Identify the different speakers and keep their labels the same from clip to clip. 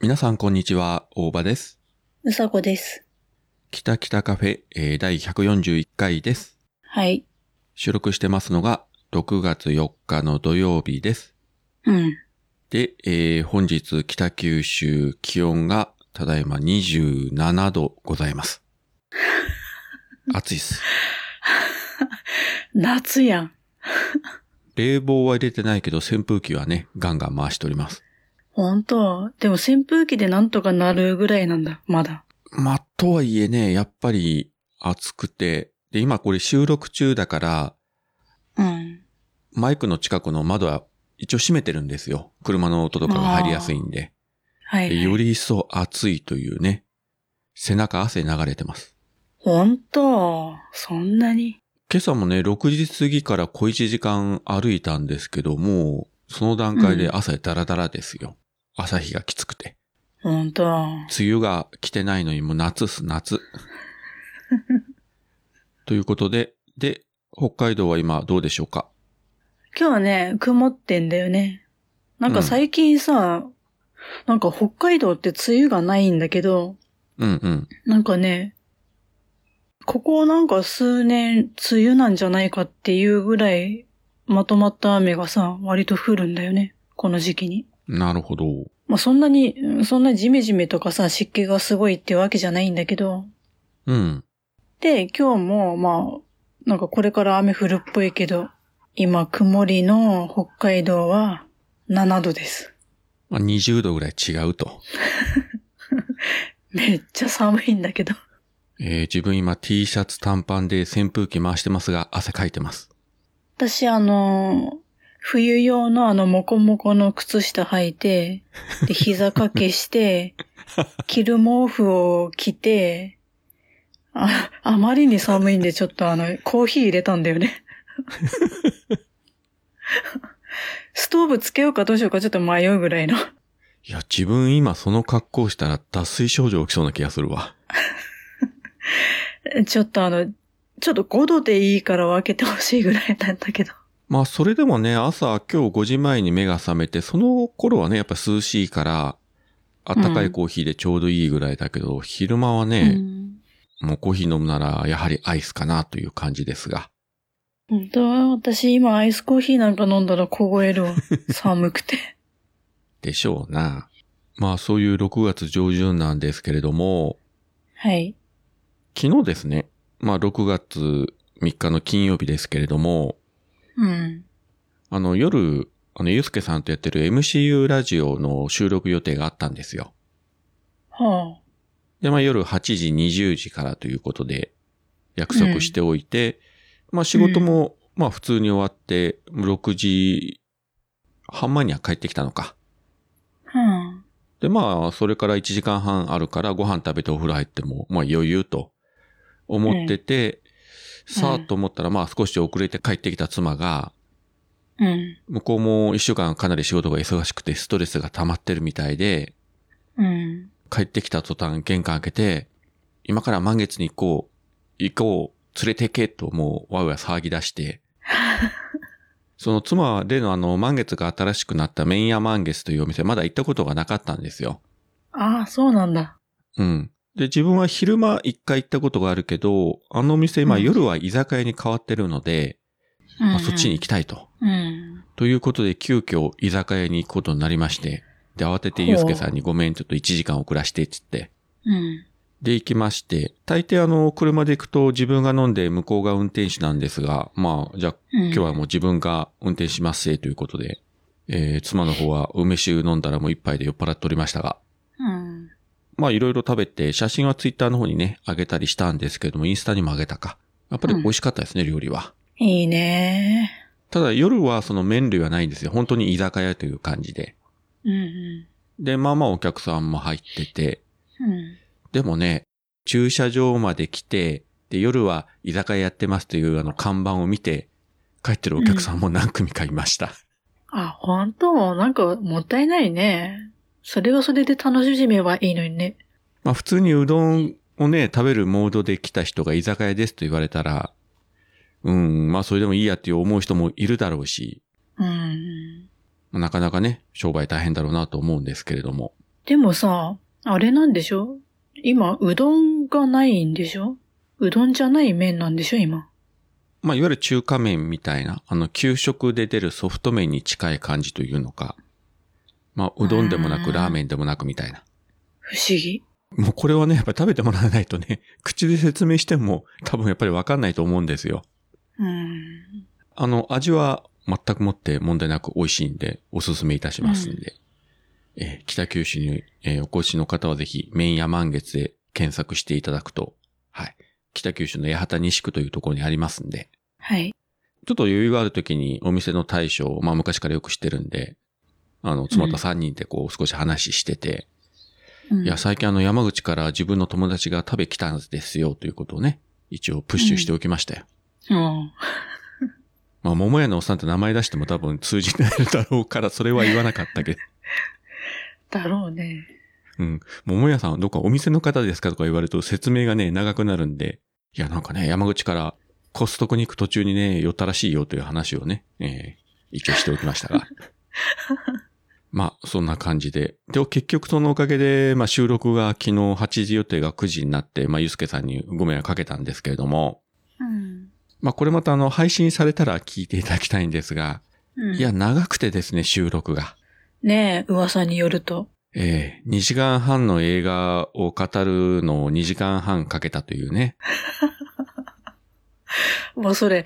Speaker 1: 皆さん、こんにちは。大場です。
Speaker 2: うさこです。
Speaker 1: 北北カフェ、えー第141回です。
Speaker 2: はい。
Speaker 1: 収録してますのが、6月4日の土曜日です。
Speaker 2: うん。
Speaker 1: で、えー本日、北九州、気温が、ただいま27度ございます。 暑いっす。
Speaker 2: 夏やん。
Speaker 1: 冷房は入れてないけど、扇風機はね、ガンガン回しております。
Speaker 2: ほんと。でも扇風機でなんとかなるぐらいなんだ。まだ。
Speaker 1: まあ、とはいえね、やっぱり暑くて、で、今これ収録中だから、
Speaker 2: うん。
Speaker 1: マイクの近くの窓は一応閉めてるんですよ。車の音とかが入りやすいんで。
Speaker 2: はい、
Speaker 1: でより一層暑いというね。背中汗流れてます。
Speaker 2: ほんと。そんなに。
Speaker 1: 今朝もね、6時過ぎから小1時間歩いたんですけども、その段階で朝ダラダラですよ。朝日がきつくて。
Speaker 2: ほんと。
Speaker 1: 梅雨が来てないのにもう夏っす、 夏。ということで、で、北海道は今どうでしょうか
Speaker 2: 今日はね、曇ってんだよね。なん
Speaker 1: うん
Speaker 2: か最近さ、なんか北海道って梅雨がないんだけど、
Speaker 1: うんうん。
Speaker 2: なんかね、ここなんか数年梅雨なんじゃないかっていうぐらいまとまった雨がさ、割と降るんだよね。この時期に。
Speaker 1: なるほど。
Speaker 2: まあ、そんなに、うんそんなジメジメとかさ、湿気がすごいってわけじゃないんだけど。
Speaker 1: うん。
Speaker 2: で、今日も、まあ、なんかこれから雨降るっぽいけど、今曇りの北海道は7度です。
Speaker 1: まあ、20度ぐらい違うと。
Speaker 2: めっちゃ寒いんだけど。
Speaker 1: えー自分今 T シャツ短パンで扇風機回してますが、汗かいてます。
Speaker 2: 私あの、冬用のあのモコモコの靴下履いて、で、膝掛けして、着る毛布を着て、あ、あまりに寒いんでちょっとあの、コーヒー入れたんだよね。ストーブつけようかどうしようかちょっと迷うぐらいの。
Speaker 1: いや、自分今その格好したら脱水症状起きそうな気がするわ。
Speaker 2: ちょっとあの、ちょっと5度でいいから分けてほしいぐらいなんだけど。
Speaker 1: まあ、それでもね、朝今日5時前に目が覚めて、その頃はね、やっぱ涼しいから、あったかいコーヒーでちょうどいいぐらいだけど、昼間は
Speaker 2: う
Speaker 1: ね、
Speaker 2: ん
Speaker 1: もうコーヒー飲むなら、やはりアイスかなという感じですが。
Speaker 2: 本当は私今アイスコーヒーなんか飲んだら凍えるわ。寒くて。
Speaker 1: でしょうな。まあ、そういう6月上旬なんですけれども、
Speaker 2: はい。
Speaker 1: 昨日ですね、まあ、6月3日の金曜日ですけれども、
Speaker 2: うん。
Speaker 1: あの、夜、あの、ゆうすけさんとやってる MCU ラジオの収録予定があったんですよ。
Speaker 2: は
Speaker 1: で、まあ夜8時、20時からということで、約束しておいて、まあ仕事も、まあ普通に終わって、6時半前には帰ってきたのか。
Speaker 2: あ。は
Speaker 1: で、まあ、それから1時間半あるから、ご飯食べてお風呂入っても、まあ余裕と思ってて、
Speaker 2: ん
Speaker 1: さあ
Speaker 2: うん
Speaker 1: と思ったら、まあ少し遅れて帰ってきた妻が、
Speaker 2: あ。うん。
Speaker 1: 向こうも一週間かなり仕事が忙しくてストレスが溜まってるみたいで、
Speaker 2: うん。
Speaker 1: 帰ってきた途端玄関開けて、今から満月に行こう、行こう、連れてけともうわうわ騒ぎ出して、 その妻でのあの満月が新しくなった麺屋満月というお店まだ行ったことがなかったんですよ。
Speaker 2: ああ、そうなんだ。
Speaker 1: うん。で、自分は昼間一回行ったことがあるけど、あのお店今
Speaker 2: うん
Speaker 1: 夜は居酒屋に変わってるので、
Speaker 2: うん
Speaker 1: まあ、そっちに行きたいと。
Speaker 2: うん。
Speaker 1: ということで、急遽居酒屋に行くことになりまして、で、慌てて
Speaker 2: ほう
Speaker 1: ゆうすけさんにごめん、ちょっと1時間遅らして、つって。
Speaker 2: うん。
Speaker 1: で、行きまして、大抵あの、車で行くと自分が飲んで向こうが運転手なんですが、まあ、じゃあ
Speaker 2: うん。
Speaker 1: 今日はもう自分が運転しますせ、ということで、えー、妻の方は梅酒飲んだらもう一杯で酔っ払っておりましたが、
Speaker 2: うん。
Speaker 1: まあ、いろいろ食べて、写真はツイッターの方にね、あげたりしたんですけども、インスタにもあげたか。やっぱり美味しかったですね、料理は。
Speaker 2: いいね
Speaker 1: ただ夜はその麺類はないんですよ。本当に居酒屋という感じで。
Speaker 2: うん
Speaker 1: で、まあまあお客さんも入ってて、
Speaker 2: うん。うん。
Speaker 1: でもね、駐車場まで来て、で、夜は居酒屋やってますというあの看板を見て、帰ってるお客さんも何組かいました。
Speaker 2: あ、ほんと、なんかもったいないね。それはそれで楽しめばいいのにね。
Speaker 1: まあ普通にうどんをね、食べるモードで来た人が居酒屋ですと言われたら、うん、まあそれでもいいやっていう思う人もいるだろうし、
Speaker 2: うん。
Speaker 1: まあなかなかね、商売大変だろうなと思うんですけれども。
Speaker 2: でもさ、あれなんでしょ今、うどんがないんでしょうどんじゃない麺なんでしょ今。
Speaker 1: まあ、いわゆる中華麺みたいな、あの、給食で出るソフト麺に近い感じというのか、まあ、うどんでもな
Speaker 2: う
Speaker 1: く
Speaker 2: ん
Speaker 1: ラーメンでもなくみたいな。
Speaker 2: 不思議。
Speaker 1: もうこれはね、やっぱり食べてもらわないとね、 口で説明しても多分やっぱりわかんないと思うんですよ。
Speaker 2: うん。
Speaker 1: あの、味は全くもって問題なく美味しいんで、おすすめいたしますんで。えー北九州に、えーお越しの方はぜひ、麺屋満月で検索していただくと、はい。北九州の八幡西区というところにありますんで、
Speaker 2: はい。
Speaker 1: ちょっと余裕がある時にお店の大将を、まあ昔からよく知ってるんで、あの、妻と3人でこう少し話してて、
Speaker 2: うん
Speaker 1: いや、最近あの山口から自分の友達が食べ来たんですよということをね、一応プッシュしておきましたよ。
Speaker 2: うん。
Speaker 1: まあ、桃屋のおっさんって名前出しても多分通じないだろうから、それは言わなかったけど。
Speaker 2: だろうね。
Speaker 1: うん。桃屋さんはどっかお店の方ですかとか言われると説明がね、長くなるんで。いや、なんかね、山口からコストコに行く途中にね、寄ったらしいよという話をね、えー一応しておきましたが。まあ、そんな感じで。で、結局そのおかげで、まあ収録が昨日8時予定が9時になって、まあゆうすけさんにご迷惑かけたんですけれども、
Speaker 2: うん。
Speaker 1: まあこれまたあの、配信されたら聞いていただきたいんですが、
Speaker 2: うん、
Speaker 1: いや、長くてですね、収録が。
Speaker 2: ねえ、噂によると。
Speaker 1: ええ2時間半の映画を語るのを2時間半かけたというね。
Speaker 2: もうそれ、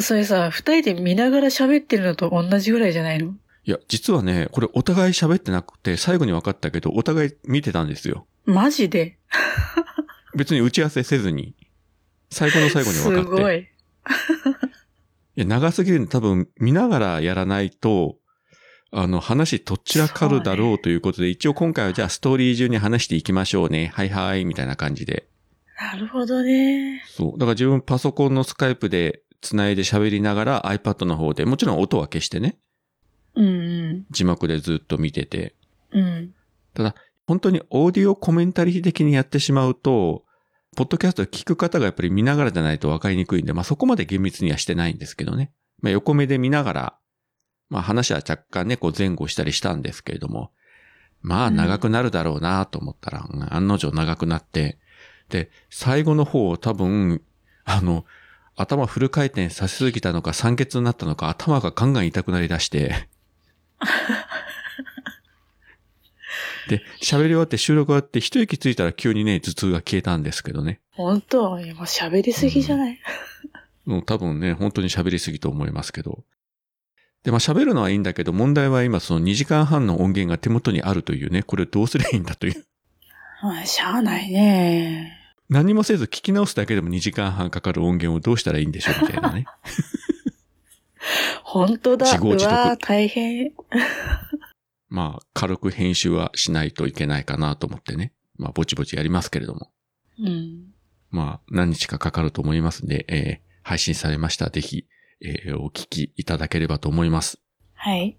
Speaker 2: それさ、二人で見ながら喋ってるのと同じぐらいじゃないの
Speaker 1: いや、実はね、これお互い喋ってなくて、最後に分かったけど、お互い見てたんですよ。
Speaker 2: マジで
Speaker 1: 別に打ち合わせせずに。最後の最後に分かって。
Speaker 2: すごい。
Speaker 1: いや、長すぎるんで多分見ながらやらないと、あの、話どちらかるだろうということで、一応今回はじゃあストーリー中に話していきましょうね。はいはい、みたいな感じで。
Speaker 2: なるほどね。
Speaker 1: そう。だから自分パソコンのスカイプで繋いで喋りながら iPad の方で、もちろん音は消してね、
Speaker 2: うん
Speaker 1: 字幕でずっと見てて、
Speaker 2: うん。うん。
Speaker 1: 本当にオーディオコメンタリー的にやってしまうと、ポッドキャストを聞く方がやっぱり見ながらじゃないと分かりにくいんで、まあそこまで厳密にはしてないんですけどね。まあ横目で見ながら、まあ話は若干ね、こう前後したりしたんですけれども、まあ長くなるだろうなと思ったら、うん案の定長くなって、で、最後の方多分、あの、頭フル回転させすぎたのか、酸欠になったのか、頭がガンガン痛くなりだして、で、喋り終わって収録終わって一息ついたら急にね、頭痛が消えたんですけどね。
Speaker 2: 本当いやもう喋りすぎじゃない、
Speaker 1: もう多分ね、本当に喋りすぎと思いますけど。で、まあ喋るのはいいんだけど、問題は今その2時間半の音源が手元にあるというね、これどうすりゃいいんだという。
Speaker 2: まあしゃあないね。
Speaker 1: 何もせず聞き直すだけでも2時間半かかる音源をどうしたらいいんでしょうみたいなね。
Speaker 2: 本当だ。
Speaker 1: 自業
Speaker 2: う
Speaker 1: 自得
Speaker 2: わー大変。
Speaker 1: まあ、軽く編集はしないといけないかなと思ってね。まあ、ぼちぼちやりますけれども。
Speaker 2: うん。
Speaker 1: まあ、何日かかかると思いますんで、えー配信されましたらぜひ、えーお聞きいただければと思います。
Speaker 2: はい。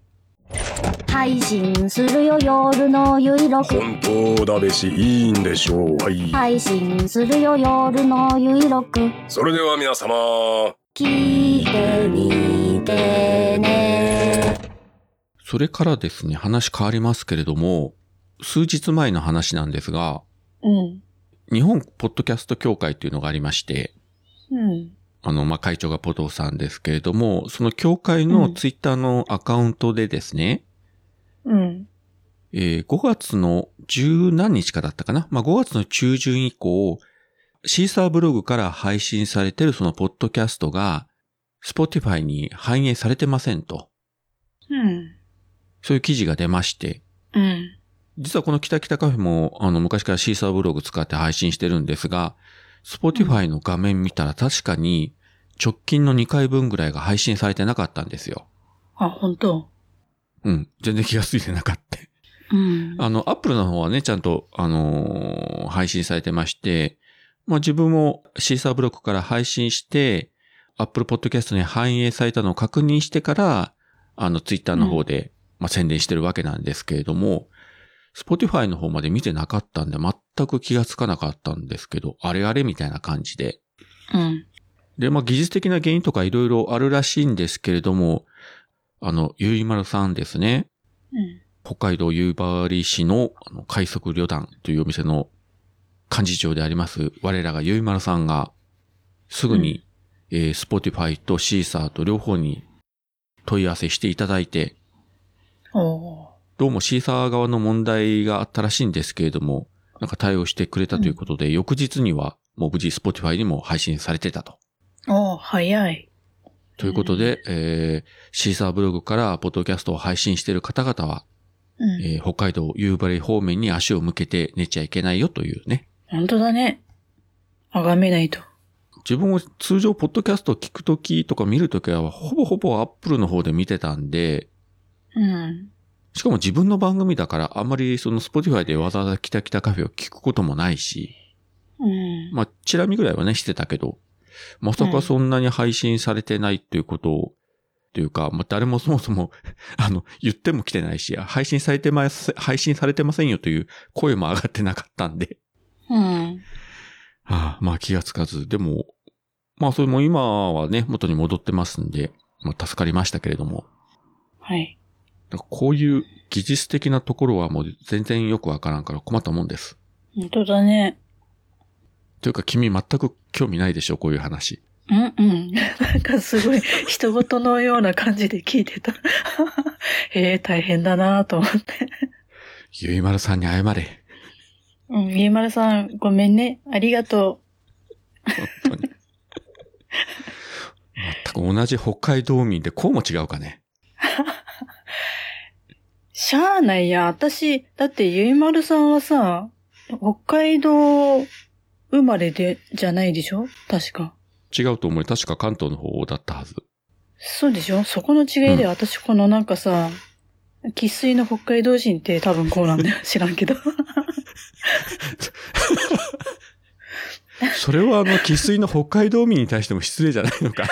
Speaker 3: 配信するよ夜のゆいろく
Speaker 4: 本当だべしいいんでしょうはい、
Speaker 3: 配信するよ夜のゆいろく
Speaker 4: それでは皆様
Speaker 3: 聞いてみてね
Speaker 1: それからですね、話変わりますけれども、数日前の話なんですが、
Speaker 2: うん。
Speaker 1: 日本ポッドキャスト協会というのがありまして、
Speaker 2: うん。
Speaker 1: あの、まあ、会長がポトーさんですけれども、その協会の
Speaker 2: うん
Speaker 1: ツイッターのアカウントでですね、
Speaker 2: うん。
Speaker 1: えー5月の十何日かだったかな、まあ、5月の中旬以降、シーサーブログから配信されてるそのポッドキャストが、Spotify に反映されてませんと、
Speaker 2: うん。
Speaker 1: そういう記事が出まして、
Speaker 2: うん。
Speaker 1: 実はこのキタキタカフェも、あの、昔からシーサーブログ使って配信してるんですが、Spotify の画面見たら確かに直近の2回分ぐらいが配信されてなかったんですよ。
Speaker 2: あ、本当
Speaker 1: うん。全然気がついてなかった。
Speaker 2: うん。
Speaker 1: あの、Apple の方はね、ちゃんと、あのー配信されてまして、まあ自分もシーサーブログから配信して、Apple Podcast に反映されたのを確認してから、あの、Twitter の方で、まあ宣伝してるわけなんですけれども、Spotify の方まで見てなかったんで、全く気がつかなかったんですけど、あれあれみたいな感じで。
Speaker 2: うん。
Speaker 1: で、まあ、技術的な原因とかいろいろあるらしいんですけれども、あの、ゆいまるさんですね。
Speaker 2: うん。
Speaker 1: 北海道夕張市のあの快速旅団というお店の幹事長であります、我らがゆいまるさんが、すぐに、えー、Spotify とシーサーと両方に問い合わせしていただいて、
Speaker 2: おー
Speaker 1: どうもシーサー側の問題があったらしいんですけれども、なんか対応してくれたということで、翌日にはもう無事 Spotify にも配信されてたと。
Speaker 2: おー早い。
Speaker 1: ということで、えーシーサーブログからポッドキャストを配信している方々は、
Speaker 2: うん。
Speaker 1: えー北海道夕張方面に足を向けて寝ちゃいけないよというね。
Speaker 2: 本当だね。あがめないと。
Speaker 1: 自分も通常ポッドキャストを聞くときとか見るときは、ほぼほぼアップルの方で見てたんで、
Speaker 2: うん。
Speaker 1: しかも自分の番組だから、あんまりその Spotify でわざわざキタキタカフェを聞くこともないし、
Speaker 2: うん。
Speaker 1: まあ、チラ見ぐらいはね、してたけど、まさかそんなに配信されてないっていうことを、というか、まあ、誰もそもそも、 あの、言っても来てないし、配信されてます、配信されてませんよという声も上がってなかったんで、
Speaker 2: うん。
Speaker 1: はあ、まあ気がつかず、でも、まあそれも今はね、元に戻ってますんで、まあ助かりましたけれども、
Speaker 2: はい。
Speaker 1: なんかこういう技術的なところはもう全然よくわからんから困ったもんです。
Speaker 2: 本当だね。
Speaker 1: というか君全く興味ないでしょ、こういう話。
Speaker 2: うんうん。 なんかすごい、人事のような感じで聞いてた。 えー、大変だなと思って。
Speaker 1: ゆいまるさんに謝れ。
Speaker 2: うん、家丸さん、ごめんね。ありがと
Speaker 1: 本当に全く同じ北海道民でこうも違うかね。
Speaker 2: う。しゃあないや。私、だってゆいまるさんはさ、北海道生まれで、じゃないでしょ確か。
Speaker 1: 違うと思う。確か関東の方だったはず。
Speaker 2: そうでしょそこの違いで、
Speaker 1: うん
Speaker 2: 私このなんかさ、喫水の北海道人って多分こ うなんだよ。知らんけど。
Speaker 1: それはあの、生粋の北海道民に対しても失礼じゃないのか。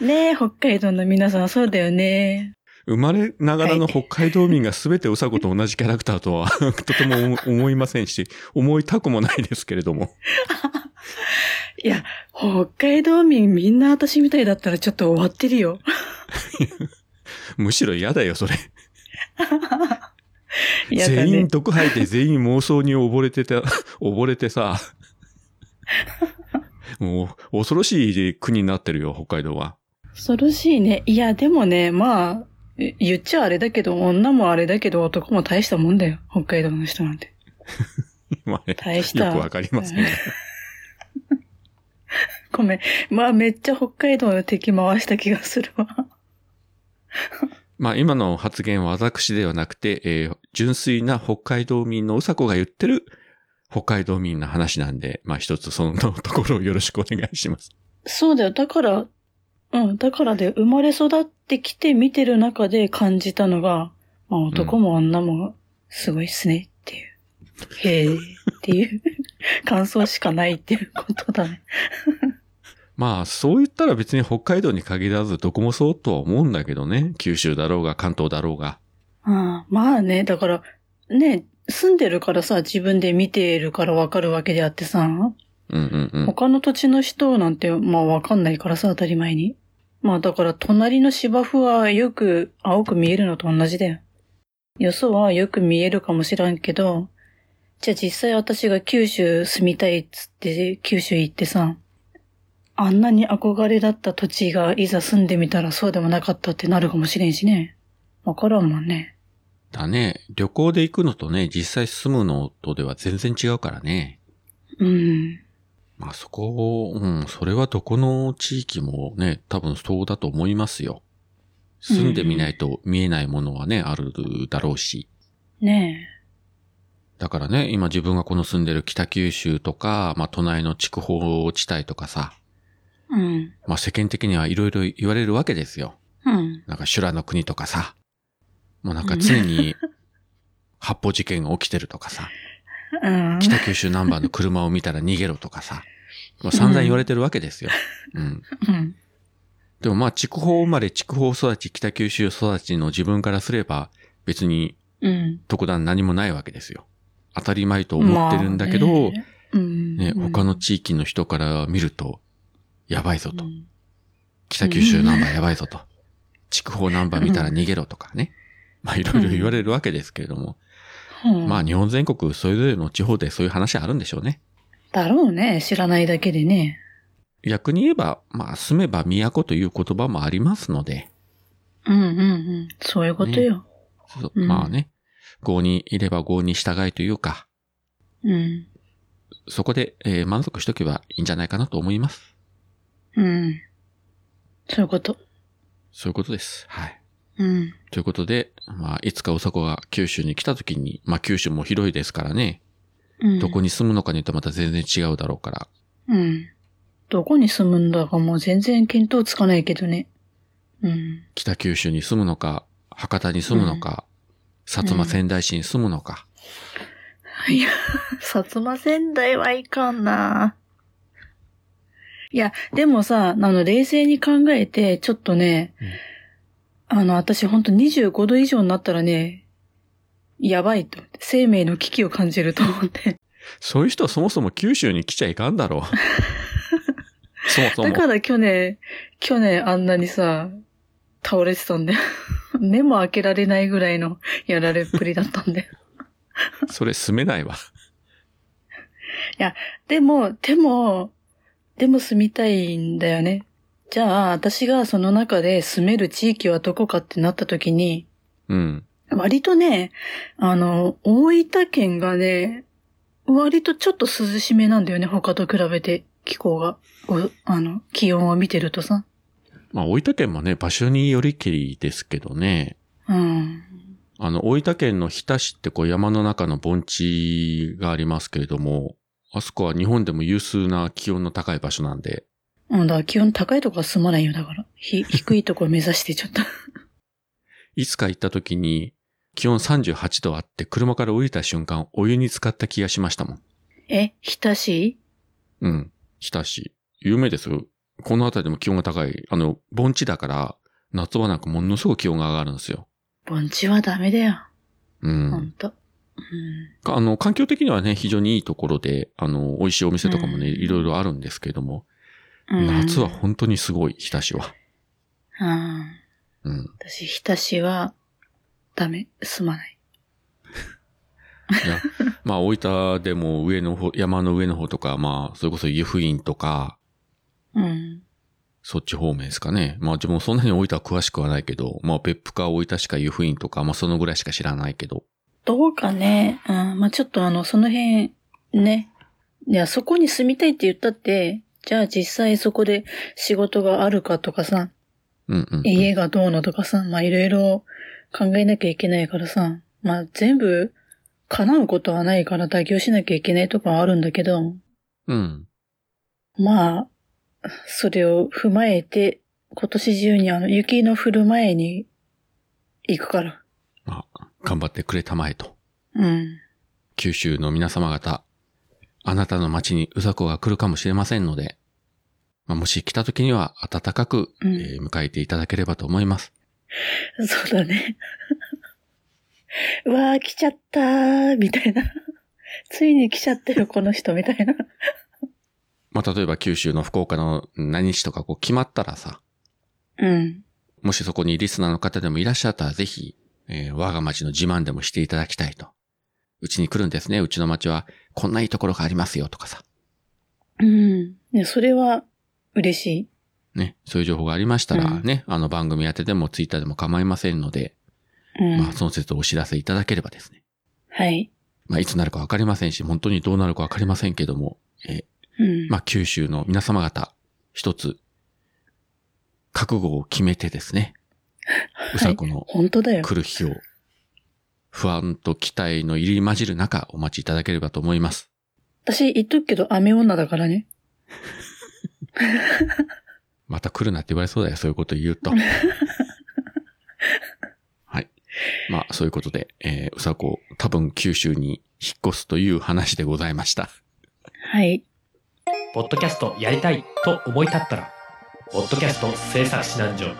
Speaker 2: ねえ、北海道の皆さんそうだよね。
Speaker 1: 生まれながらの北海道民が全てうさこと同じキャラクターとは、 とても思思いませんし、思いたくもないですけれども。
Speaker 2: いや、北海道民みんな私みたいだったらちょっと終わって るよ。
Speaker 1: むしろ嫌だよ、それ。
Speaker 2: やだ
Speaker 1: 全員
Speaker 2: ね。
Speaker 1: 毒吐いて全員妄想に溺れてた、 溺れて さ。もう、恐ろしい国になってるよ、北海道は。
Speaker 2: 恐ろしいね。いや、でもね、まあ、え言っちゃあれだけど、女もあれだけど男も大したもんだよ。北海道の人なんて。
Speaker 1: まあね
Speaker 2: 大した。
Speaker 1: よくわかりませんが。
Speaker 2: ごめん。まあ、めっちゃ北海道の敵回した気がするわ。
Speaker 1: まあ今の発言は私ではなくて、えー純粋な北海道民のうさこが言ってる北海道民の話なんで、まあ一つそのところをよろしくお願いします。
Speaker 2: そうだよ。だから、うん、だからで、生まれ育ってきて見てる中で感じたのが、まあ男も女もすごいっすねっていう。へえっていう感想しかないっていうことだね。
Speaker 1: まあそう言ったら別に北海道に限らずどこもそうとは思うんだけどね。九州だろうが関東だろうが。
Speaker 2: ああまあね、だから、ね、住んでるからさ、自分で見てるからわかるわけであってさ、
Speaker 1: うんうんうん。
Speaker 2: 他の土地の人なんて、まあわかんないからさ、当たり前に。まあだから、隣の芝生はよく青く見えるのと同じだよ。よそはよく見えるかもしらんけど、じゃあ実際私が九州住みたいっつって、九州行ってさ、あんなに憧れだった土地がいざ住んでみたらそうでもなかったってなるかもしれんしね。わからんもんね。
Speaker 1: だね。旅行で行くのとね、実際住むのとでは全然違うからね。
Speaker 2: うん。
Speaker 1: まあそこを、うん、それはどこの地域もね、多分そうだと思いますよ。住んでみないと見えないものはね、あるだろうし。
Speaker 2: ね
Speaker 1: だからね、今自分がこの住んでる北九州とか、まあ隣の筑豊地帯とかさ、
Speaker 2: え。うん。
Speaker 1: まあ世間的にはいろいろ言われるわけですよ。
Speaker 2: うん。
Speaker 1: なんか修羅の国とかさ、もうなんか常 に発砲事件が起きてるとかさ、
Speaker 2: うん。
Speaker 1: 北九州ナンバーの車を見たら逃げろとかさ、もう散々言われてるわけですよ。うん。
Speaker 2: うん。
Speaker 1: でもまあ、筑豊生まれ、筑豊育ち、北九州育ちの自分からすれば、別に
Speaker 2: うん。
Speaker 1: 特段何もないわけですよ。当たり前と思ってるんだけど、
Speaker 2: まあねうん
Speaker 1: ね、
Speaker 2: うん
Speaker 1: 他の地域の人から見ると、やばいぞと。
Speaker 2: うん
Speaker 1: 北九州ナンバーやばいぞと。筑豊ナンバー見たら逃げろとかね。まあいろいろ言われるわけですけれども、
Speaker 2: うん、
Speaker 1: まあ日本全国それぞれの地方でそういう話あるんでしょうね。
Speaker 2: だろうね。知らないだけでね。
Speaker 1: 逆に言えば、まあ住めば都という言葉もありますので、
Speaker 2: うんうんうん。そういうことよ。
Speaker 1: そう
Speaker 2: うん
Speaker 1: まあね、郷にいれば郷に従いというか、そこで、えー満足しとけばいいんじゃないかなと思います。
Speaker 2: うん。うん。そういうこと。
Speaker 1: そういうことです。はい。
Speaker 2: うん。
Speaker 1: ということで、まあ、いつかおそこが九州に来た時に、まあ九州も広いですからね、
Speaker 2: うん。
Speaker 1: どこに住むのかによってまた全然違うだろうから、
Speaker 2: うん。どこに住むんだかもう全然見当つかないけどね。うん。
Speaker 1: 北九州に住むのか、博多に住むのか、薩摩仙台市に住むのか、
Speaker 2: いや、薩摩仙台はいかんな。いや、でもさ、あの、冷静に考えて、ちょっとね、あの、私ほんと25度以上になったらね、やばいと思って。生命の危機を感じると思って。
Speaker 1: そういう人はそもそも九州に来ちゃいかんだろう。 そもそ
Speaker 2: だ
Speaker 1: も。
Speaker 2: から去年、去年あんなにさ、倒れてたんで。 目も開けられないぐらいのやられっぷりだったんで。
Speaker 1: それ住めないわ。
Speaker 2: でも、でも、でも住みたいんだよね。じゃあ、私がその中で住める地域はどこかってなった時に、
Speaker 1: うん。
Speaker 2: 割とね、あの、大分県がね、割とちょっと涼しめなんだよね、他と比べて気候が。おあの、気温を見てるとさ。
Speaker 1: まあ、大分県もね、場所によりけりですけどね。
Speaker 2: うん。
Speaker 1: あの、大分県の日田市ってこう山の中の盆地がありますけれども、あそこは日本でも有数な気温の高い場所なんで、
Speaker 2: うんだ、気温高いとこは住まないよ、だから。 ひ、低いとこ目指してちょっと。
Speaker 1: いつか行った時に気温38度あって車から降りた瞬間お湯に浸かった気がしましたもん。
Speaker 2: え、親しい
Speaker 1: うん。日田市。有名ですよ。この辺りでも気温が高い。あの、盆地だから夏場なんかものすごく気温が上がるんですよ。
Speaker 2: 盆地はダメだよ、
Speaker 1: う
Speaker 2: ほ
Speaker 1: ん
Speaker 2: ん。と。うん。
Speaker 1: かあの、環境的にはね、非常にいいところで、あの、美味しいお店とかもね、
Speaker 2: うん
Speaker 1: いろいろあるんですけれども、
Speaker 2: うん
Speaker 1: 夏は本当にすごい、日田市は。
Speaker 2: うん。
Speaker 1: うん。
Speaker 2: 私、ひたしは、ダメ、すまない。
Speaker 1: いや、まあ、大分でも上の方、山の上の方とか、まあ、それこそ湯布院とか、
Speaker 2: うん。
Speaker 1: そっち方面ですかね。まあ、自分もそんなに大分は詳しくはないけど、まあ、別府か大分しか湯布院とか、まあ、そのぐらいしか知らないけど。
Speaker 2: どうかね、うん、まあ、ちょっとあの、その辺、ね。いや、そこに住みたいって言ったって、じゃあ実際そこで仕事があるかとかさ、
Speaker 1: うんうん、うん。
Speaker 2: 家がどうのとかさ、まあ、いろいろ考えなきゃいけないからさ、まあ、全部叶うことはないから妥協しなきゃいけないとかはあるんだけど、
Speaker 1: うん。
Speaker 2: まあ、それを踏まえて、今年中にあの、雪の降る前に行くから。
Speaker 1: まあ、頑張ってくれたまえと。
Speaker 2: うん。
Speaker 1: 九州の皆様方、あなたの町にうさこが来るかもしれませんので、まあ、もし来た時には暖かく、
Speaker 2: うん
Speaker 1: えー迎えていただければと思います。
Speaker 2: そうだね。 うわー、来ちゃったー、みたいな。ついに来ちゃったよ、この人、みたいな。
Speaker 1: まあ、例えば九州の福岡の何日とかこう決まったらさ、
Speaker 2: うん。
Speaker 1: もしそこにリスナーの方でもいらっしゃったらぜひ、えー我が町の自慢でもしていただきたいと。うちに来るんですね。うちの町はこんないいところがありますよとかさ。
Speaker 2: うん。ね、それは、嬉しい。
Speaker 1: ね。そういう情報がありましたら
Speaker 2: うん
Speaker 1: ね、あの番組宛てでもツイッターでも構いませんので、
Speaker 2: うん。
Speaker 1: まあその説をお知らせいただければですね。
Speaker 2: はい。
Speaker 1: まあいつなるかわかりませんし、本当にどうなるかわかりませんけども、え
Speaker 2: うん。
Speaker 1: ーまあ九州の皆様方、一つ、覚悟を決めてですね、
Speaker 2: はいう
Speaker 1: さこの
Speaker 2: 本当だよ。
Speaker 1: 来る日を、不安と期待の入り混じる中、お待ちいただければと思います。
Speaker 2: 私、言っとくけど、雨女だからね。
Speaker 1: また来るなって言われそうだよ、そういうこと言う と。はい。まあ、そういうことで、えー、うさこ、多分九州に引っ越すという話でございました。
Speaker 2: はい。
Speaker 5: ポッドキャストやりたいと思い立ったら、ポッドキャスト制作指南所。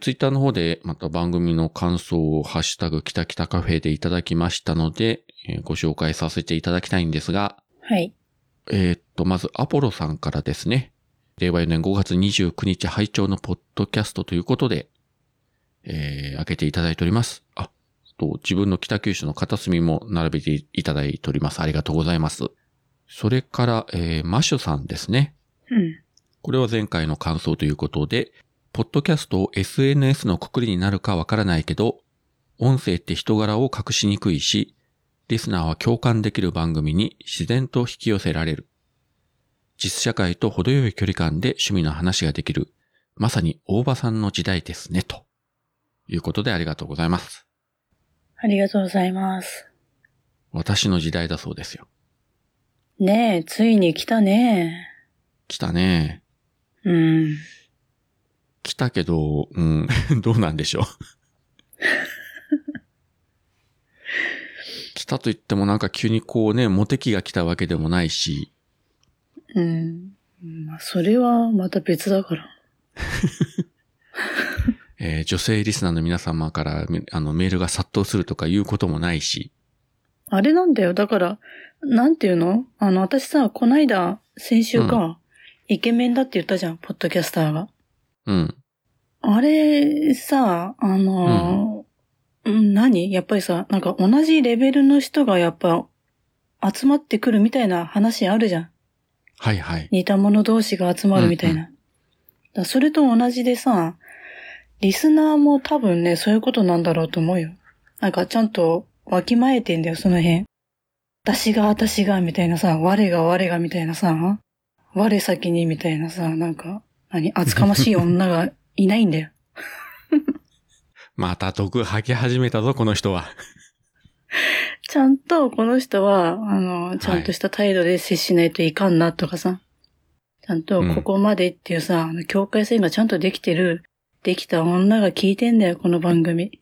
Speaker 1: ツイッターの方で、また番組の感想をハッシュタグ、きたきたカフェでいただきましたので、えーご紹介させていただきたいんですが、
Speaker 2: はい。
Speaker 1: えーっと、まず、アポロさんからですね。令和4年5月29日、拝聴のポッドキャストということで、えー開けていただいております。あ、と、自分の北九州の片隅も並べていただいております。ありがとうございます。それから、えーマシュさんですね。
Speaker 2: うん。
Speaker 1: これは前回の感想ということで、ポッドキャストを SNS のくくりになるかわからないけど、音声って人柄を隠しにくいし、リスナーは共感できる番組に自然と引き寄せられる。実社会と程よい距離感で趣味の話ができる。まさに大場さんの時代ですね、ということでありがとうございます。
Speaker 2: ありがとうございます。
Speaker 1: 私の時代だそうですよ。
Speaker 2: ねえ、ついに来たね。
Speaker 1: 来たね。
Speaker 2: うん。
Speaker 1: 来たけど、うん、 どうなんでしょう。来たと言ってもなんか急にこうね、モテ期が来たわけでもないし、
Speaker 2: うん。まあ、それはまた別だから。
Speaker 1: えー女性リスナーの皆様からみあのメールが殺到するとかいうこともないし、
Speaker 2: あれなんだよ。だから、なんていうのあの、私さ、こないだ、先週か、イケメンだって言ったじゃん、ポッドキャスターが。
Speaker 1: うん、
Speaker 2: あれ、さ、あのー、うん、何やっぱりさ、なんか同じレベルの人がやっぱ、集まってくるみたいな話あるじゃん。
Speaker 1: はいはい、
Speaker 2: 似た者同士が集まるみたいな。だからそれと同じでさ、リスナーも多分ね、そういうことなんだろうと思うよ。なんかちゃんとわきまえてんだよ、その辺。私が私がみたいなさ、我が我がみたいなさ、我先にみたいなさ、なんか、何、厚かましい女がいないんだよ。
Speaker 1: また毒吐き始めたぞ、この人は。
Speaker 2: ちゃんとこの人は、あの、ちゃんとした態度で接しないといかんなとかさ。ちゃんとここまでっていうさ、あの境界線がちゃんとできてる、できた女が聞いてんだよ、この番組。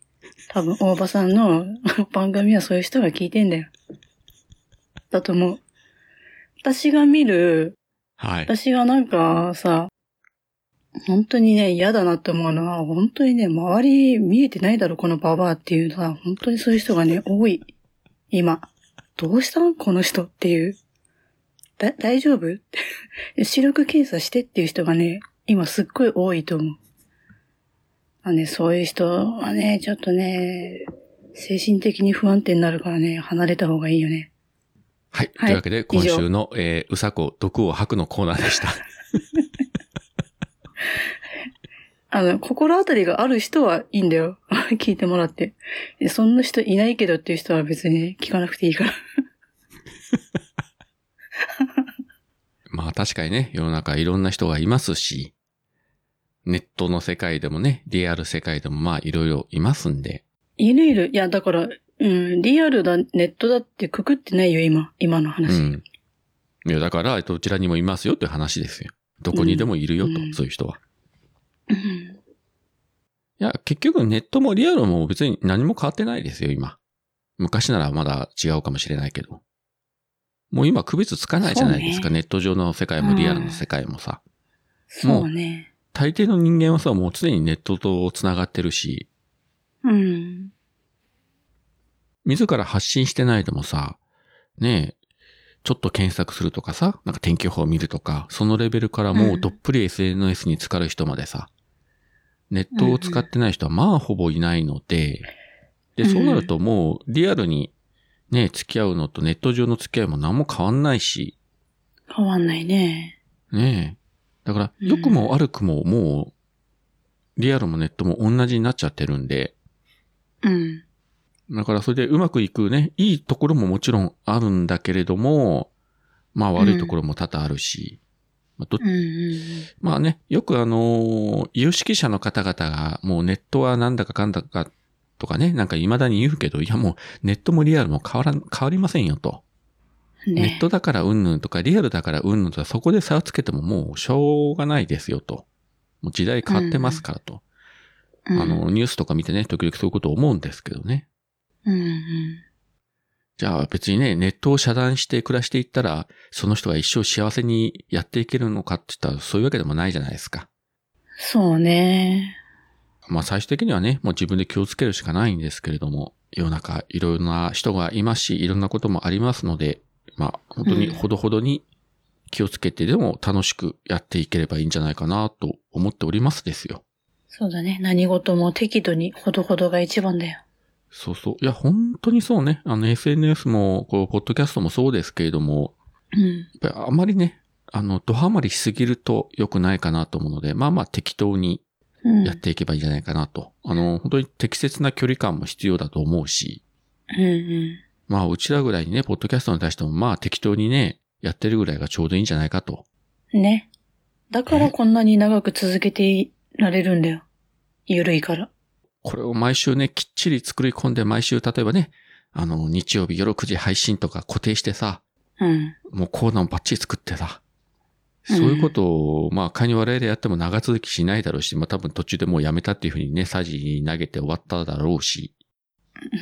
Speaker 2: 多分、大場さんの 番組はそういう人が聞いてんだよ。だと思う。私が見る、
Speaker 1: はい。
Speaker 2: 私がなんかさ、本当にね、嫌だなって思うのは、本当にね、周り見えてないだろ、このババアっていうさ、本当にそういう人がね、多い。今。どうしたんこの人っていう。だ、大丈夫 視力検査してっていう人がね、今すっごい多いと思う。まあね、そういう人はね、ちょっとね、精神的に不安定になるからね、離れた方がいいよね。
Speaker 1: はい。と
Speaker 2: はい
Speaker 1: いうわけで、今週の、えーうさこ、毒を吐くのコーナーでした。
Speaker 2: あの、心当たりがある人はいいんだよ。 聞いてもらって。でそんな人いないけどっていう人は別に聞かなくていいから。
Speaker 1: まあ確かにね、世の中いろんな人がいますし、ネットの世界でもね、リアル世界でもまあいろいろいますんで、
Speaker 2: いるいる。いや、だから、うん、リアルだ、ネットだってくくってないよ、今。今の
Speaker 1: う
Speaker 2: 話。
Speaker 1: ん。いや、だから、どちらにもいますよという話ですよ。どこにでもいるよと、
Speaker 2: うん
Speaker 1: そういう人は。
Speaker 2: うん
Speaker 1: いや、結局ネットもリアルも別に何も変わってないですよ、今。昔ならまだ違うかもしれないけど。もう今区別つかないじゃないですか、
Speaker 2: そ
Speaker 1: ネット上の世界もリアルの世界もさ。
Speaker 2: そうね。
Speaker 1: 大抵の人間はさ、もう常にネットと繋がってるし、
Speaker 2: うん。
Speaker 1: 自ら発信してないでもさ、ねえ、ちょっと検索するとかさ、なんか天気予報見るとか、そのレベルからもううんどっぷり SNS に浸かる人までさ、ネットを使ってない人はまあほぼいないので、で、
Speaker 2: うん
Speaker 1: そうなるともうリアルにね、付き合うのとネット上の付き合いも何も変わんないし、
Speaker 2: 変わんないね。
Speaker 1: ねえ。だから、
Speaker 2: うん
Speaker 1: 良くも悪くももう、リアルもネットも同じになっちゃってるんで、
Speaker 2: うん。
Speaker 1: だからそれでうまくいくね、いいところももちろんあるんだけれども、まあ悪いところも多々あるし、まあど
Speaker 2: うんうん
Speaker 1: まあね、よくあのー有識者の方々がもうネットはなんだかかんだかとかね、なんか未だに言うけど、いやもうネットもリアルも変わらん、変わりませんよと。
Speaker 2: うん。
Speaker 1: ネッ
Speaker 2: ね。
Speaker 1: トだからうんぬんとかリアルだからうんぬんとかそこで差をつけてももうしょうがないですよと。もう時代変わってますからと。
Speaker 2: うん
Speaker 1: あの、ニュースとか見てね、時々そういうこと思うんですけどね。
Speaker 2: うんうん。
Speaker 1: じゃあ別にね、ネットを遮断して暮らしていったら、その人が一生幸せにやっていけるのかって言ったら、そういうわけでもないじゃないですか。
Speaker 2: そうね。
Speaker 1: まあ最終的にはね、もう自分で気をつけるしかないんですけれども、世の中いろんな人がいますし、いろんなこともありますので、まあ本当に
Speaker 2: うん
Speaker 1: ほどほどに気をつけてでも楽しくやっていければいいんじゃないかなと思っておりますですよ。
Speaker 2: そうだね。何事も適度にほどほどが一番だよ。
Speaker 1: そうそう。いや、本当にそうね。あの、SNS も、こう、ポッドキャストもそうですけれども、
Speaker 2: うん。
Speaker 1: やっぱりあまりね、あの、ドハマりしすぎると良くないかなと思うので、まあまあ適当に
Speaker 2: うん。
Speaker 1: やっていけばいいんじゃないかなと。あの、本当に適切な距離感も必要だと思うし、
Speaker 2: うんうん。
Speaker 1: まあ、うちらぐらいにね、ポッドキャストに対しても、まあ適当にね、やってるぐらいがちょうどいいんじゃないかと。
Speaker 2: ね。だからこんなに長く続けていられるんだよ。ゆるいから。
Speaker 1: これを毎週ね、きっちり作り込んで、毎週、例えばね、あの、日曜日夜9時配信とか固定してさ、
Speaker 2: うん。
Speaker 1: もうコーナーもバッチリ作ってさ、
Speaker 2: う
Speaker 1: そうんいうことを、まあ、カニ我々やっても長続きしないだろうし、まあ多分途中でもうやめたっていうふうにね、サジに投げて終わっただろうし、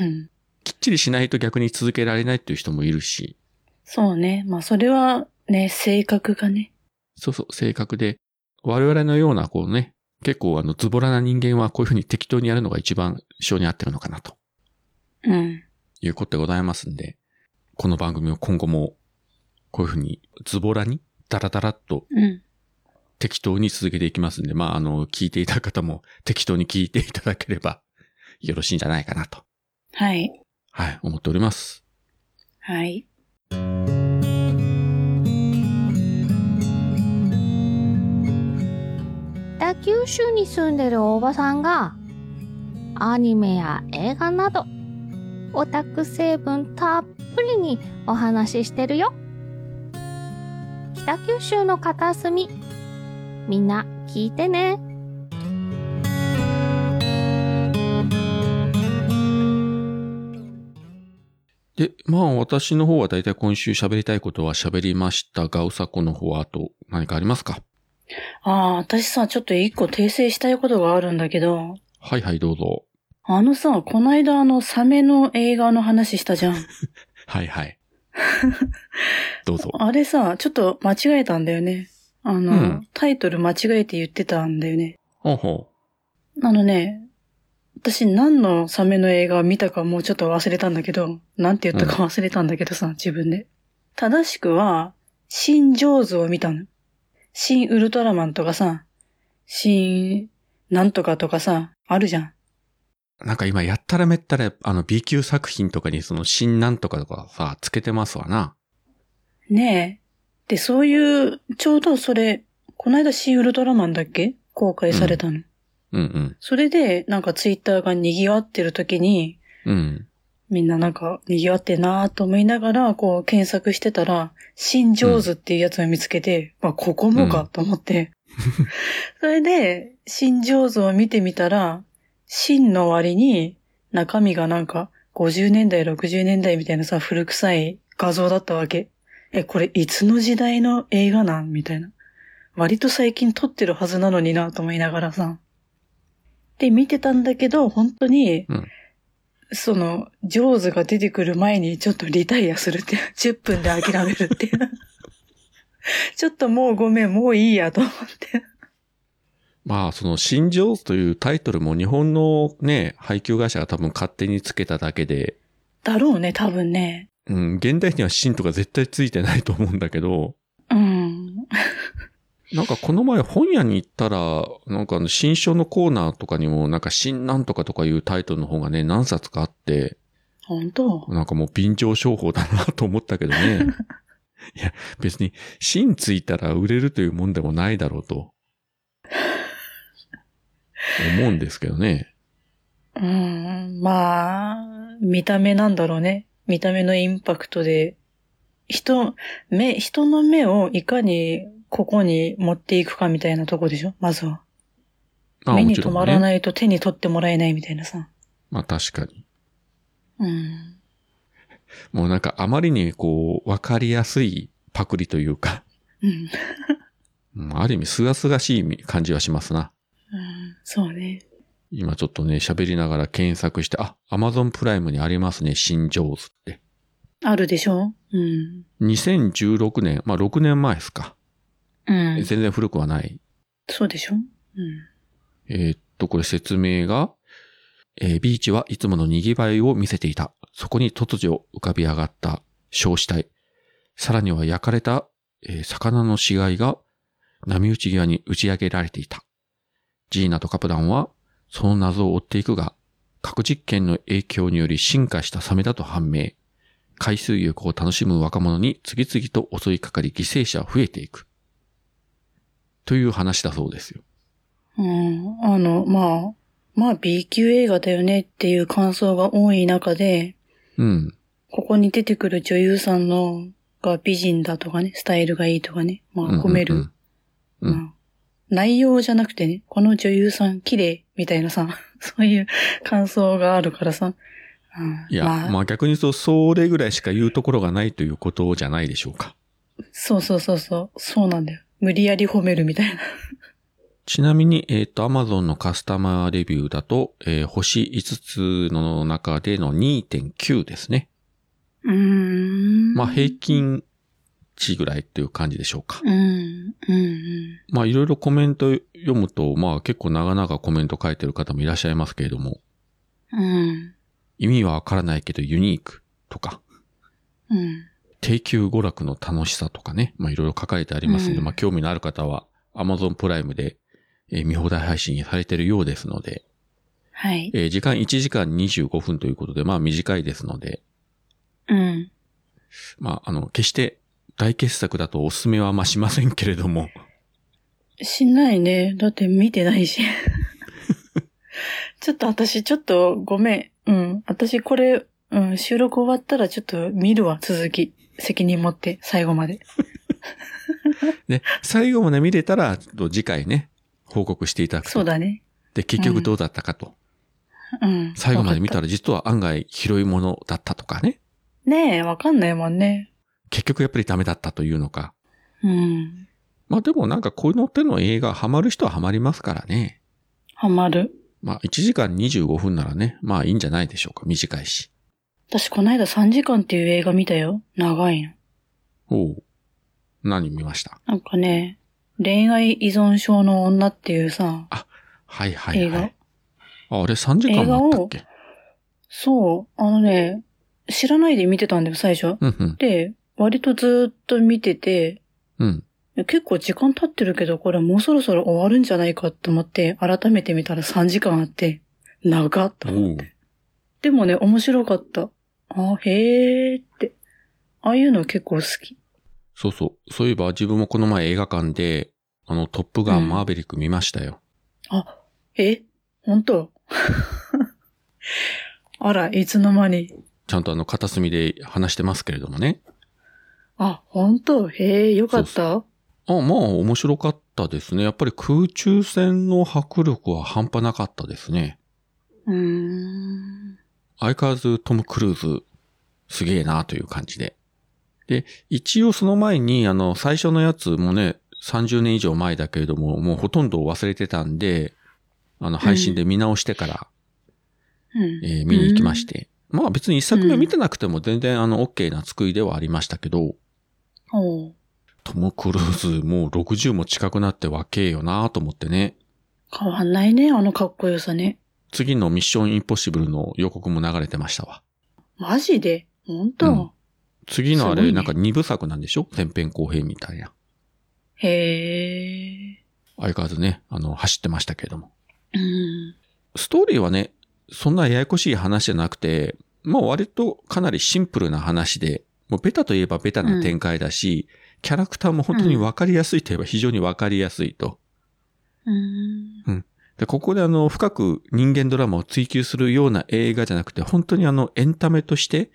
Speaker 2: うん。
Speaker 1: きっちりしないと逆に続けられないっていう人もいるし、
Speaker 2: そうね。まあそれはね、性格がね。
Speaker 1: そうそう、性格で、我々のような、こうね、結構あの、ズボラな人間はこういうふうに適当にやるのが一番性に合ってるのかなと。
Speaker 2: うん。
Speaker 1: いうことでございますんで、この番組を今後も、こういうふうに、ズボラに、ダラダラっと
Speaker 2: うん。
Speaker 1: 適当に続けていきますんで、まあ、あの、聞いていた方も適当に聞いていただければ、よろしいんじゃないかなと、
Speaker 2: はい。
Speaker 1: はい、思っております。
Speaker 2: はい。
Speaker 3: 北九州に住んでるおばさんがアニメや映画などオタク成分たっぷりにお話ししてるよ北九州の片隅みんな聞いてね
Speaker 1: で、まあ、私の方は大体今週喋りたいことは喋りましたが、うさこの方はあと何かありますか
Speaker 2: ああ、私さ、ちょっと一個訂正したいことがあるんだけど、
Speaker 1: はいはい、どうぞ。
Speaker 2: あのさ、こないだあのサメの映画の話したじゃん。
Speaker 1: はいはい。どうぞ。
Speaker 2: あれさ、ちょっと間違えたんだよね。あの、
Speaker 1: うん
Speaker 2: タイトル間違えて言ってたんだよね。
Speaker 1: ほうほ
Speaker 2: あのね、私何のサメの映画を見たかもうちょっと忘れたんだけど、なんて言ったか忘れたんだけどさ、自分で。正しくは、新ジョーズを見たの。新ウルトラマンとかさ、新なんとかとかさ、あるじゃん。
Speaker 1: う。なんか今やったらめったら、あの B 級作品とかにその新なんとかとかさ、つけてますわな。
Speaker 2: ねえ。で、そういう、ちょうどそれ、この間新ウルトラマンだっけ公開されたの。
Speaker 1: うんうん。
Speaker 2: それで、なんかツイッターが賑わってる時に、
Speaker 1: うん。
Speaker 2: みんななんか賑わってんなーと思いながら、こう検索してたら、新上手っていうやつを見つけて、まあここもかと思って。それで、新上手を見てみたら、新の割に中身がなんか50年代、60年代みたいなさ、古臭い画像だったわけ。え、これいつの時代の映画なんみたいな。割と最近撮ってるはずなのになと思いながらさ。で、見てたんだけど、本当に、
Speaker 1: うん
Speaker 2: その、ジョーズが出てくる前にちょっとリタイアするって、10分で諦めるって。ちょっともうごめん、もういいやと思って。
Speaker 1: まあ、その、新庄というタイトルも日本のね、配給会社が多分勝手につけただけで、
Speaker 2: だろうね、多分ね。
Speaker 1: うん、現代には新とか絶対ついてないと思うんだけど、
Speaker 2: うん。
Speaker 1: なんかこの前本屋に行ったら、なんかあの、新書のコーナーとかにも、なんか新なんとかとかいうタイトルの方がね、何冊かあって、
Speaker 2: 本当
Speaker 1: なんかもう便乗商法だなと思ったけど ね。いや、別に、芯ついたら売れるというもんでもないだろう と。思うんですけどね。
Speaker 2: うん。まあ、見た目なんだろうね。見た目のインパクトで、人、目、人の目をいかにここに持っていくかみたいなとこでしょまずは。
Speaker 1: あ
Speaker 2: 目に
Speaker 1: もち
Speaker 2: 留
Speaker 1: ろん
Speaker 2: まら
Speaker 1: ね。
Speaker 2: ないと手に取ってもらえないみたいなさ。
Speaker 1: まあ確かに。
Speaker 2: うん。
Speaker 1: もうなんかあまりにこう、わかりやすいパクリというか、
Speaker 2: うん。
Speaker 1: うんある意味すがすがしい感じはしますな。
Speaker 2: うんそうね。
Speaker 1: 今ちょっとね、喋りながら検索して、あ、Amazon プライムにありますね、新上手って。
Speaker 2: あるでしょうん。
Speaker 1: 2016年、まあ6年前ですか。
Speaker 2: うん。
Speaker 1: 全然古くはない
Speaker 2: そうでしょうん。
Speaker 1: えーっと、これ説明が、えービーチはいつもの賑わいを見せていた。そこに突如浮かび上がった焼死体。さらには焼かれた、えー魚の死骸が波打ち際に打ち上げられていた。ジーナとカプランは、その謎を追っていくが、核実験の影響により進化したサメだと判明。海水浴を楽しむ若者に次々と襲いかかり犠牲者は増えていく。という話だそうですよ。
Speaker 2: うん。あの、まあ、まあ B 級映画だよねっていう感想が多い中で、
Speaker 1: うん。
Speaker 2: ここに出てくる女優さんのが美人だとかね、スタイルがいいとかね、まあ褒める。
Speaker 1: うんうんうん
Speaker 2: まあ内容じゃなくてね、この女優さん綺麗みたいなさ、 そういう感想があるからさ。うん
Speaker 1: いや、
Speaker 2: まあ
Speaker 1: まあ逆に言うと、それぐらいしか言うところがないということじゃないでしょうか。
Speaker 2: そうそうそうそう、そうなんだよ。無理やり褒めるみたいな。
Speaker 1: ちなみに、えっ、と、Amazon のカスタマーレビューだと、えー星5つの中での2.9ですね。
Speaker 2: うーん。
Speaker 1: まあ、平均値ぐらいという感じでしょうか。
Speaker 2: うん、うん、うん。
Speaker 1: まあ、いろいろコメント読むと、まあ、結構長々コメント書いてる方もいらっしゃいますけれども、
Speaker 2: うん、
Speaker 1: 意味はわからないけどユニークとか、
Speaker 2: うん。
Speaker 1: 低級娯楽の楽しさとかね、まあ、いろいろ書かれてありますので、
Speaker 2: うん
Speaker 1: まあ、興味のある方は Amazon プライムで、えー見放題配信されてるようですので、
Speaker 2: はい。
Speaker 1: えー時間1時間25分ということで、まあ短いですので、
Speaker 2: うん。
Speaker 1: まああの、決して大傑作だとおすすめはまあしませんけれども、
Speaker 2: しないね。だって見てない し。ちょっと私、ちょっとごめん。うん。私これ、うん、収録終わったらちょっと見るわ、続き。責任持って、最後まで。
Speaker 1: ね、最後まで見れたら、ちょっと次回ね、報告していただくと。
Speaker 2: そうだね。
Speaker 1: で、結局どうだったかと。
Speaker 2: うん。
Speaker 1: 最後まで見た
Speaker 2: ら。
Speaker 1: ら実は案外広いものだったとかね。
Speaker 2: ねえ、わかんないもんね。
Speaker 1: 結局やっぱりダメだったというのか。
Speaker 2: うん。
Speaker 1: まあでもなんかこういうの手の映画ハマる人はハマりますからね。
Speaker 2: ハマる。
Speaker 1: まあ1時間25分ならね、まあいいんじゃないでしょうか。短いし。
Speaker 2: 私、こないだ3時間っていう映画見たよ。長いの。
Speaker 1: おう。何見ました
Speaker 2: なんかね、恋愛依存症の女っていうさ、
Speaker 1: はいはい
Speaker 2: 映
Speaker 1: は
Speaker 2: 画
Speaker 1: い。ああれ3時間もあったっけ
Speaker 2: そう、あのね、知らないで見てたんだよ、最初。
Speaker 1: うんうん。
Speaker 2: で、割とずーっと見てて、
Speaker 1: うん。
Speaker 2: 結構時間経ってるけど、これもうそろそろ終わるんじゃないかと思って、改めて見たら3時間あって、長っと思って
Speaker 1: おう。
Speaker 2: でもね、面白かった。あ、へーって。ああいうの結構好き。
Speaker 1: そうそう。そういえば自分もこの前映画館で、あの、トップガ
Speaker 2: うん
Speaker 1: ンマーベリック見ましたよ。
Speaker 2: え本当 あら、いつの間に。
Speaker 1: ちゃんとあの、片隅で話してますけれどもね。
Speaker 2: あ、本当へえ、よかった
Speaker 1: あ、まあ、面白かったですね。やっぱり空中戦の迫力は半端なかったですね。
Speaker 2: うーん。
Speaker 1: 相変わらずトム・クルーズ、すげえなという感じで。で、一応その前に、あの、最初のやつもね、30年以上前だけれども、もうほとんど忘れてたんで、あの、配信で見直してから、
Speaker 2: うん
Speaker 1: えー見に行きまし。て。まあ別に一作目見てなくても全然あの、OK な作りではありましたけど、
Speaker 2: うんおう
Speaker 1: トム・クルーズもう60も近くなってわけえよなと思ってね。
Speaker 2: 変わんないね、あのかっこよさね。
Speaker 1: 次のミッションインポッシブルの予告も流れてましたわ。
Speaker 2: マジで本当、
Speaker 1: うん次のあ
Speaker 2: すごい
Speaker 1: れ、
Speaker 2: ね
Speaker 1: なんか二部作なんでしょ前編後編みたいな。
Speaker 2: へえ。
Speaker 1: 相変わらずね、あの、走ってましたけれども。
Speaker 2: うん。
Speaker 1: ストーリーはね、そんなややこしい話じゃなくて、まあ割とかなりシンプルな話で、もうベタといえばベタな展開だし、キャラクターも本当にわかりやすいといえば非常にわかりやすいと。
Speaker 2: うん。
Speaker 1: で、ここであの、深く人間ドラマを追求するような映画じゃなくて、本当にあの、エンタメとして、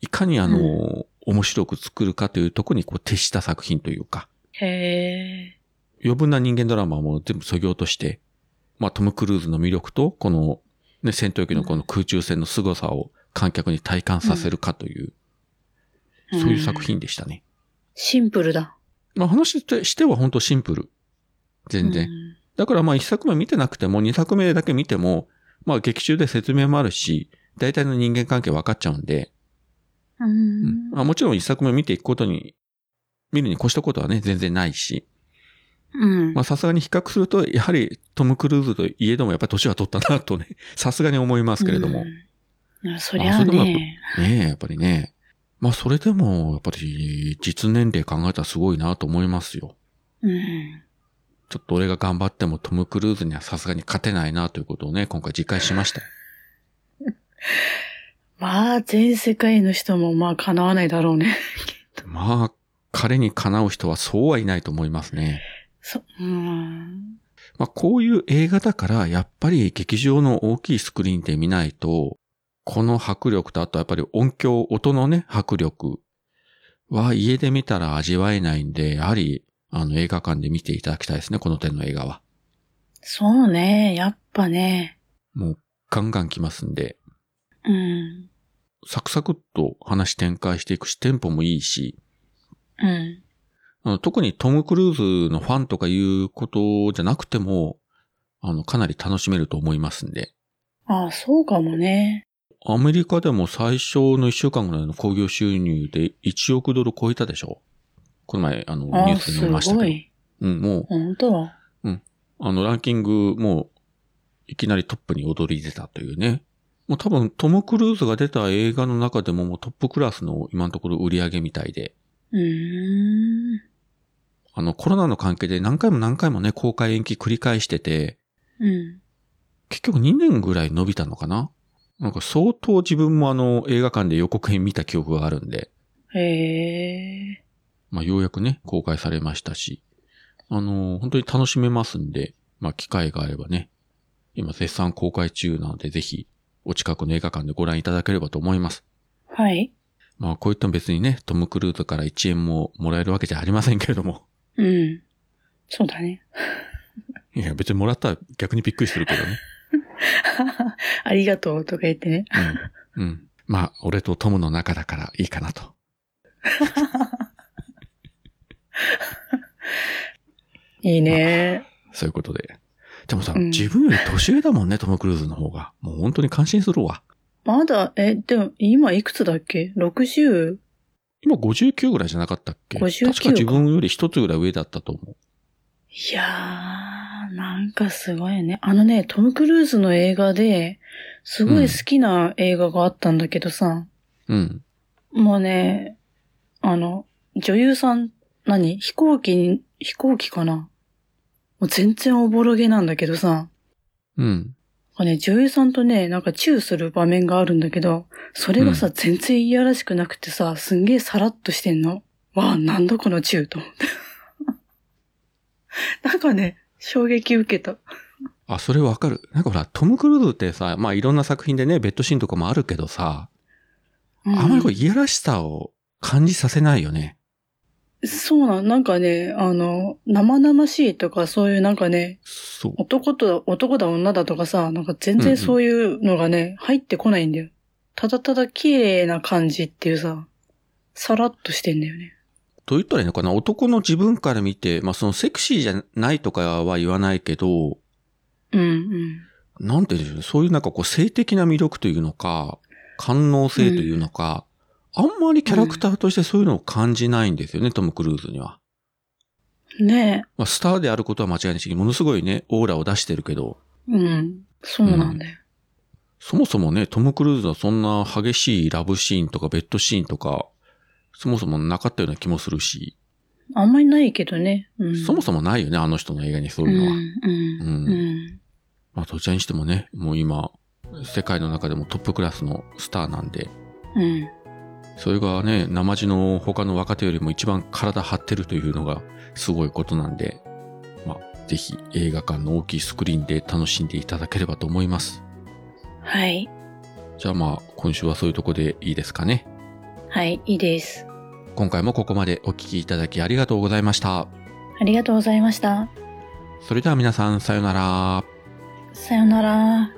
Speaker 1: いかにあの、面白く作るかというところにこう、徹した作品というか、
Speaker 2: へえ。
Speaker 1: 余分な人間ドラマも全部削ぎ落として、まあ、トム・クルーズの魅力と、この、ね、戦闘機のこの空中戦の凄さを観客に体感させるかという、そういう作
Speaker 2: ん。
Speaker 1: 品でしたね。
Speaker 2: シンプルだ。
Speaker 1: まあ、話してしては本当シンプル。全然。だからまあ一作目見てなくても二作目だけ見ても、まあ劇中で説明もあるし、大体の人間関係分かっちゃうんで、
Speaker 2: うん。うん。
Speaker 1: まあもちろん一作目見ていくことに、見るに越したことはね、全然ないし、
Speaker 2: うん
Speaker 1: まあさすがに比較すると、やはりトム・クルーズといえどもやっぱり年は取ったなとね、 さすがに思いますけれども。
Speaker 2: う
Speaker 1: ね
Speaker 2: んいやそりゃあ
Speaker 1: あそれでもやっぱ
Speaker 2: ね。
Speaker 1: え、やっぱりね。まあそれでも、やっぱり実年齢考えたらすごいなと思いますよ。
Speaker 2: うん。
Speaker 1: ちょっと俺が頑張ってもトム・クルーズにはさすがに勝てないなということをね、今回実感しました。
Speaker 2: まあ、全世界の人もまあ、叶わないだろうね。
Speaker 1: まあ、彼にかなう人はそうはいないと思いますね。
Speaker 2: そ、うん。
Speaker 1: まあ、こういう映画だから、やっぱり劇場の大きいスクリーンで見ないと、この迫力と、あとやっぱり音響、音のね、迫力は家で見たら味わえないんで、やはり、あの、映画館で見ていただきたいですね、この点の映画は。
Speaker 2: そうね、やっぱね。
Speaker 1: もう、ガンガン来ますんで、
Speaker 2: うん。
Speaker 1: サクサクっと話展開していくし、テンポもいいし、
Speaker 2: うん。
Speaker 1: あの特にトム・クルーズのファンとかいうことじゃなくても、あの、かなり楽しめると思いますんで。
Speaker 2: ああ、そうかもね。
Speaker 1: アメリカでも最初の1週間ぐらいの興行収入で1億ドル超えたでしょこの前、あの、ニ
Speaker 2: あ
Speaker 1: ュー
Speaker 2: あ、
Speaker 1: スです見ました
Speaker 2: ご
Speaker 1: けど。
Speaker 2: い。
Speaker 1: うん、もう、
Speaker 2: 本当
Speaker 1: あの、ランキング、もう、いきなりトップに躍り出たというね。もう多分、トム・クルーズが出た映画の中でももうトップクラスの今のところ売り上げみたいで、
Speaker 2: うーん。
Speaker 1: あの、コロナの関係で何回も何回もね、公開延期繰り返してて、
Speaker 2: うん。
Speaker 1: 結局2年ぐらい伸びたのかななんか相当自分もあの映画館で予告編見た記憶があるんで、
Speaker 2: へえ。
Speaker 1: まあようやくね、公開されましたし、あのー本当に楽しめますんで、まあ機会があればね、今絶賛公開中なのでぜひお近くの映画館でご覧いただければと思います。
Speaker 2: はい。
Speaker 1: まあこういったの別にね、トム・クルーズから1円ももらえるわけじゃありませんけれども。
Speaker 2: うん。そうだね。
Speaker 1: いや別にもらったら逆にびっくりするけどね。
Speaker 2: ありがとうとか言ってね。
Speaker 1: うん。うん。まあ、俺とトムの中だからいいかなと。
Speaker 2: いいね。
Speaker 1: そういうことで。でもさ、
Speaker 2: うん
Speaker 1: 自分より年上だもんね、トム・クルーズの方が。もう本当に感心するわ。
Speaker 2: まだ、え、でも、今いくつだっけ ?60?
Speaker 1: 今59ぐらいじゃなかったっけ
Speaker 2: 59か
Speaker 1: 確か自分より一つぐらい上だったと思う。
Speaker 2: いやー、なんかすごいね。あのね、トム・クルーズの映画で、すごい好きな映画があったんだけどさ、
Speaker 1: うん。
Speaker 2: もうね、あの、女優さん、何飛行機に、飛行機かなもう全然おぼろげなんだけどさ、
Speaker 1: うん。
Speaker 2: なんかね、女優さんとね、なんかチューする場面があるんだけど、それがさ、
Speaker 1: う
Speaker 2: 全然いやらしくなくてさ、すんげえさらっとしてんの。わあ、なんだこのチューと思 って。なんかね、衝撃受けた。
Speaker 1: あ、それわかる。なんかほら、トム・クルーズってさ、まあいろんな作品でね、ベッドシーンとかもあるけどさ、
Speaker 2: うん
Speaker 1: あまりこういやらしさを感じさせないよね。
Speaker 2: そうなん、なんかね、あの、生々しいとか、そういうなんかね、
Speaker 1: そう。
Speaker 2: 男と、男だ女だとかさ、なんか全然そういうのがね、入ってこないんだよ。ただただ綺麗な感じっていうさ、さらっとしてんだよね。
Speaker 1: と言ったらいいのかな男の自分から見て、まあそのセクシーじゃないとかは言わないけど、
Speaker 2: うんうん。
Speaker 1: なんて言うんでしょうね。そういうなんかこう性的な魅力というのか、官能性というのか、あんまりキャラクターとしてそういうのを感じないんですよね、トム・クルーズには。
Speaker 2: ね
Speaker 1: まあ、スターであることは間違いないし、ものすごいね、オーラを出してるけど、
Speaker 2: え。うん。そうなんだよ。
Speaker 1: そもそもね、トム・クルーズはそんな激しいラブシーンとかベッドシーンとか、そもそもなかったような気もするし、
Speaker 2: あんまりないけどね。うん。
Speaker 1: そもそもないよね、あの人の映画にそう
Speaker 2: う
Speaker 1: い
Speaker 2: ん
Speaker 1: うのは。
Speaker 2: うん。
Speaker 1: う
Speaker 2: うんん。
Speaker 1: まあ、どちらにしてもね、もう今、世界の中でもトップクラスのスターなんで、
Speaker 2: うん。
Speaker 1: それがね、生地の他の若手よりも一番体張ってるというのがすごいことなんで、まあ、ぜひ映画館の大きいスクリーンで楽しんでいただければと思います。
Speaker 2: はい。
Speaker 1: じゃあまあ、今週はそういうとこでいいですかね。
Speaker 2: はい、いいです。
Speaker 1: 今回もここまでお聞きいただきありがとうございました。
Speaker 2: ありがとうございました。
Speaker 1: それでは皆さん、さようなら。
Speaker 2: さよなら。